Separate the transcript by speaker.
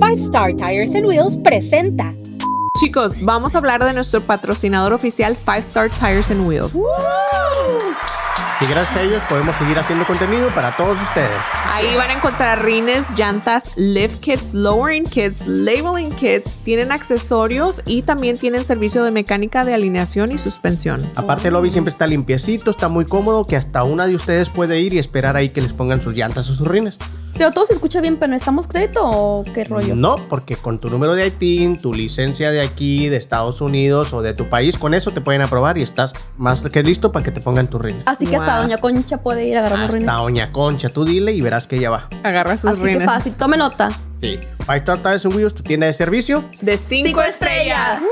Speaker 1: Five Star Tires and Wheels presenta.
Speaker 2: Chicos, vamos a hablar de nuestro patrocinador oficial Five Star Tires and Wheels.
Speaker 3: Y gracias a ellos podemos seguir haciendo contenido para todos ustedes.
Speaker 2: Ahí van a encontrar rines, llantas, lift kits, lowering kits, labeling kits, tienen accesorios y también tienen servicio de mecánica de alineación y suspensión.
Speaker 3: Aparte el lobby siempre está limpiecito, está muy cómodo, que hasta una de ustedes puede ir y esperar ahí que les pongan sus llantas o sus rines.
Speaker 4: Pero todo se escucha bien, pero ¿necesitamos crédito o qué rollo?
Speaker 3: No, porque con tu número de ITIN, tu licencia de aquí, de Estados Unidos o de tu país, con eso te pueden aprobar y estás más que listo para que te pongan tus rines.
Speaker 4: Así que hasta
Speaker 2: Guau.
Speaker 4: Doña Concha puede ir a agarrar Ah, los rines.
Speaker 3: Hasta Doña Concha, tú dile y verás que ella va.
Speaker 2: Agarra sus
Speaker 4: Así que
Speaker 2: rines.
Speaker 4: fácil, tome nota.
Speaker 3: Sí. Five Star Tires and Wheels, tu tienda de servicio.
Speaker 2: De 5 estrellas.